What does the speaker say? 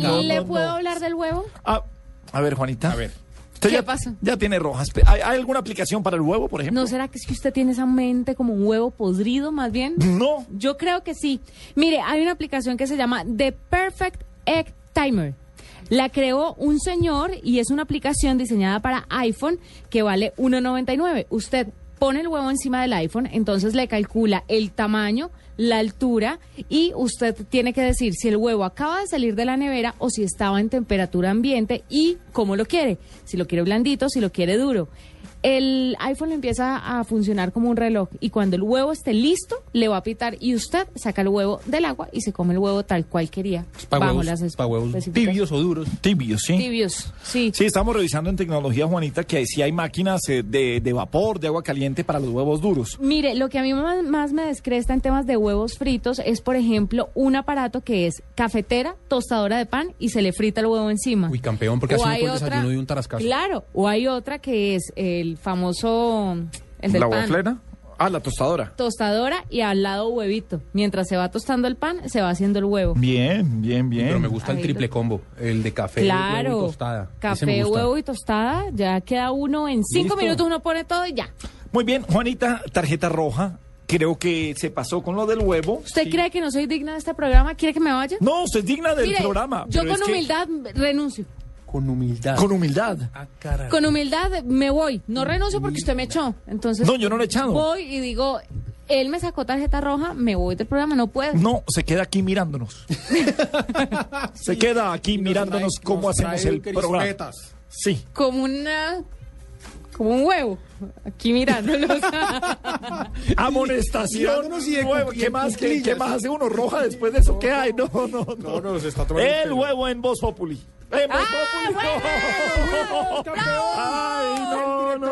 ¿Le puedo hablar del huevo? Ah, a ver, Juanita. A ver. ¿Qué ya, pasa? Ya tiene rojas. Pe- ¿Hay, hay alguna aplicación para el huevo, por ejemplo? ¿No será que es que usted tiene esa mente como un huevo podrido más bien? No. Yo creo que sí. Mire, hay una aplicación que se llama The Perfect Egg Timer. La creó un señor y es una aplicación diseñada para iPhone que vale 1.99. Usted pone el huevo encima del iPhone, entonces le calcula el tamaño, la altura y usted tiene que decir si el huevo acaba de salir de la nevera o si estaba en temperatura ambiente y cómo lo quiere, si lo quiere blandito, si lo quiere duro. El iPhone empieza a funcionar como un reloj y cuando el huevo esté listo, le va a pitar y usted saca el huevo del agua y se come el huevo tal cual quería. Para Bajo huevos, las espe- pa' huevos especificaciones. tibios o duros. Tibios, sí. Tibios, sí. Sí, estamos revisando en tecnología, Juanita, que si hay máquinas eh, de, de vapor, de agua caliente para los huevos duros. Mire, lo que a mí más, más me descresta en temas de huevos fritos es, por ejemplo, un aparato que es cafetera, tostadora de pan y se le frita el huevo encima. Uy, campeón, porque así O uno hay puede otra- desayuno de un tarascazo. Claro, o hay otra que es el famoso... El del ¿La pan. boflera? Ah, la tostadora. tostadora y al lado huevito. Mientras se va tostando el pan, se va haciendo el huevo. Bien, bien, bien. Pero me gusta el Ahí triple lo- combo, el de café, claro. huevo y tostada. Ese me Café, gusta. huevo y tostada. Ya queda uno en cinco Listo. minutos, uno pone todo y ya. Muy bien, Juanita, tarjeta roja. Creo que se pasó con lo del huevo. ¿Usted Sí. cree que no soy digna de este programa? ¿Quiere que me vaya? No, usted es digna del Mire, programa. Yo pero con es que- humildad renuncio. Con humildad. Con humildad. Ah, caray. Con humildad me voy. No renuncio porque usted me echó. Entonces. No, yo no lo he echado. Voy y digo, él me sacó tarjeta roja, me voy del programa, no puedo. No, se queda aquí mirándonos. se queda aquí mirándonos cómo hacemos el programa. Sí. Como una. Como un huevo. Aquí mirándolos. Amonestación. Mirándonos y de Huevo, cuclillas, ¿Qué más, qué, cuclillas. qué más hace uno? Roja después de eso. ¿Qué hay? No, no, no. No, no, se está tomando el El pelo. huevo en Ah, Voz Populi. En Voz Populi. no. Ay, no, no.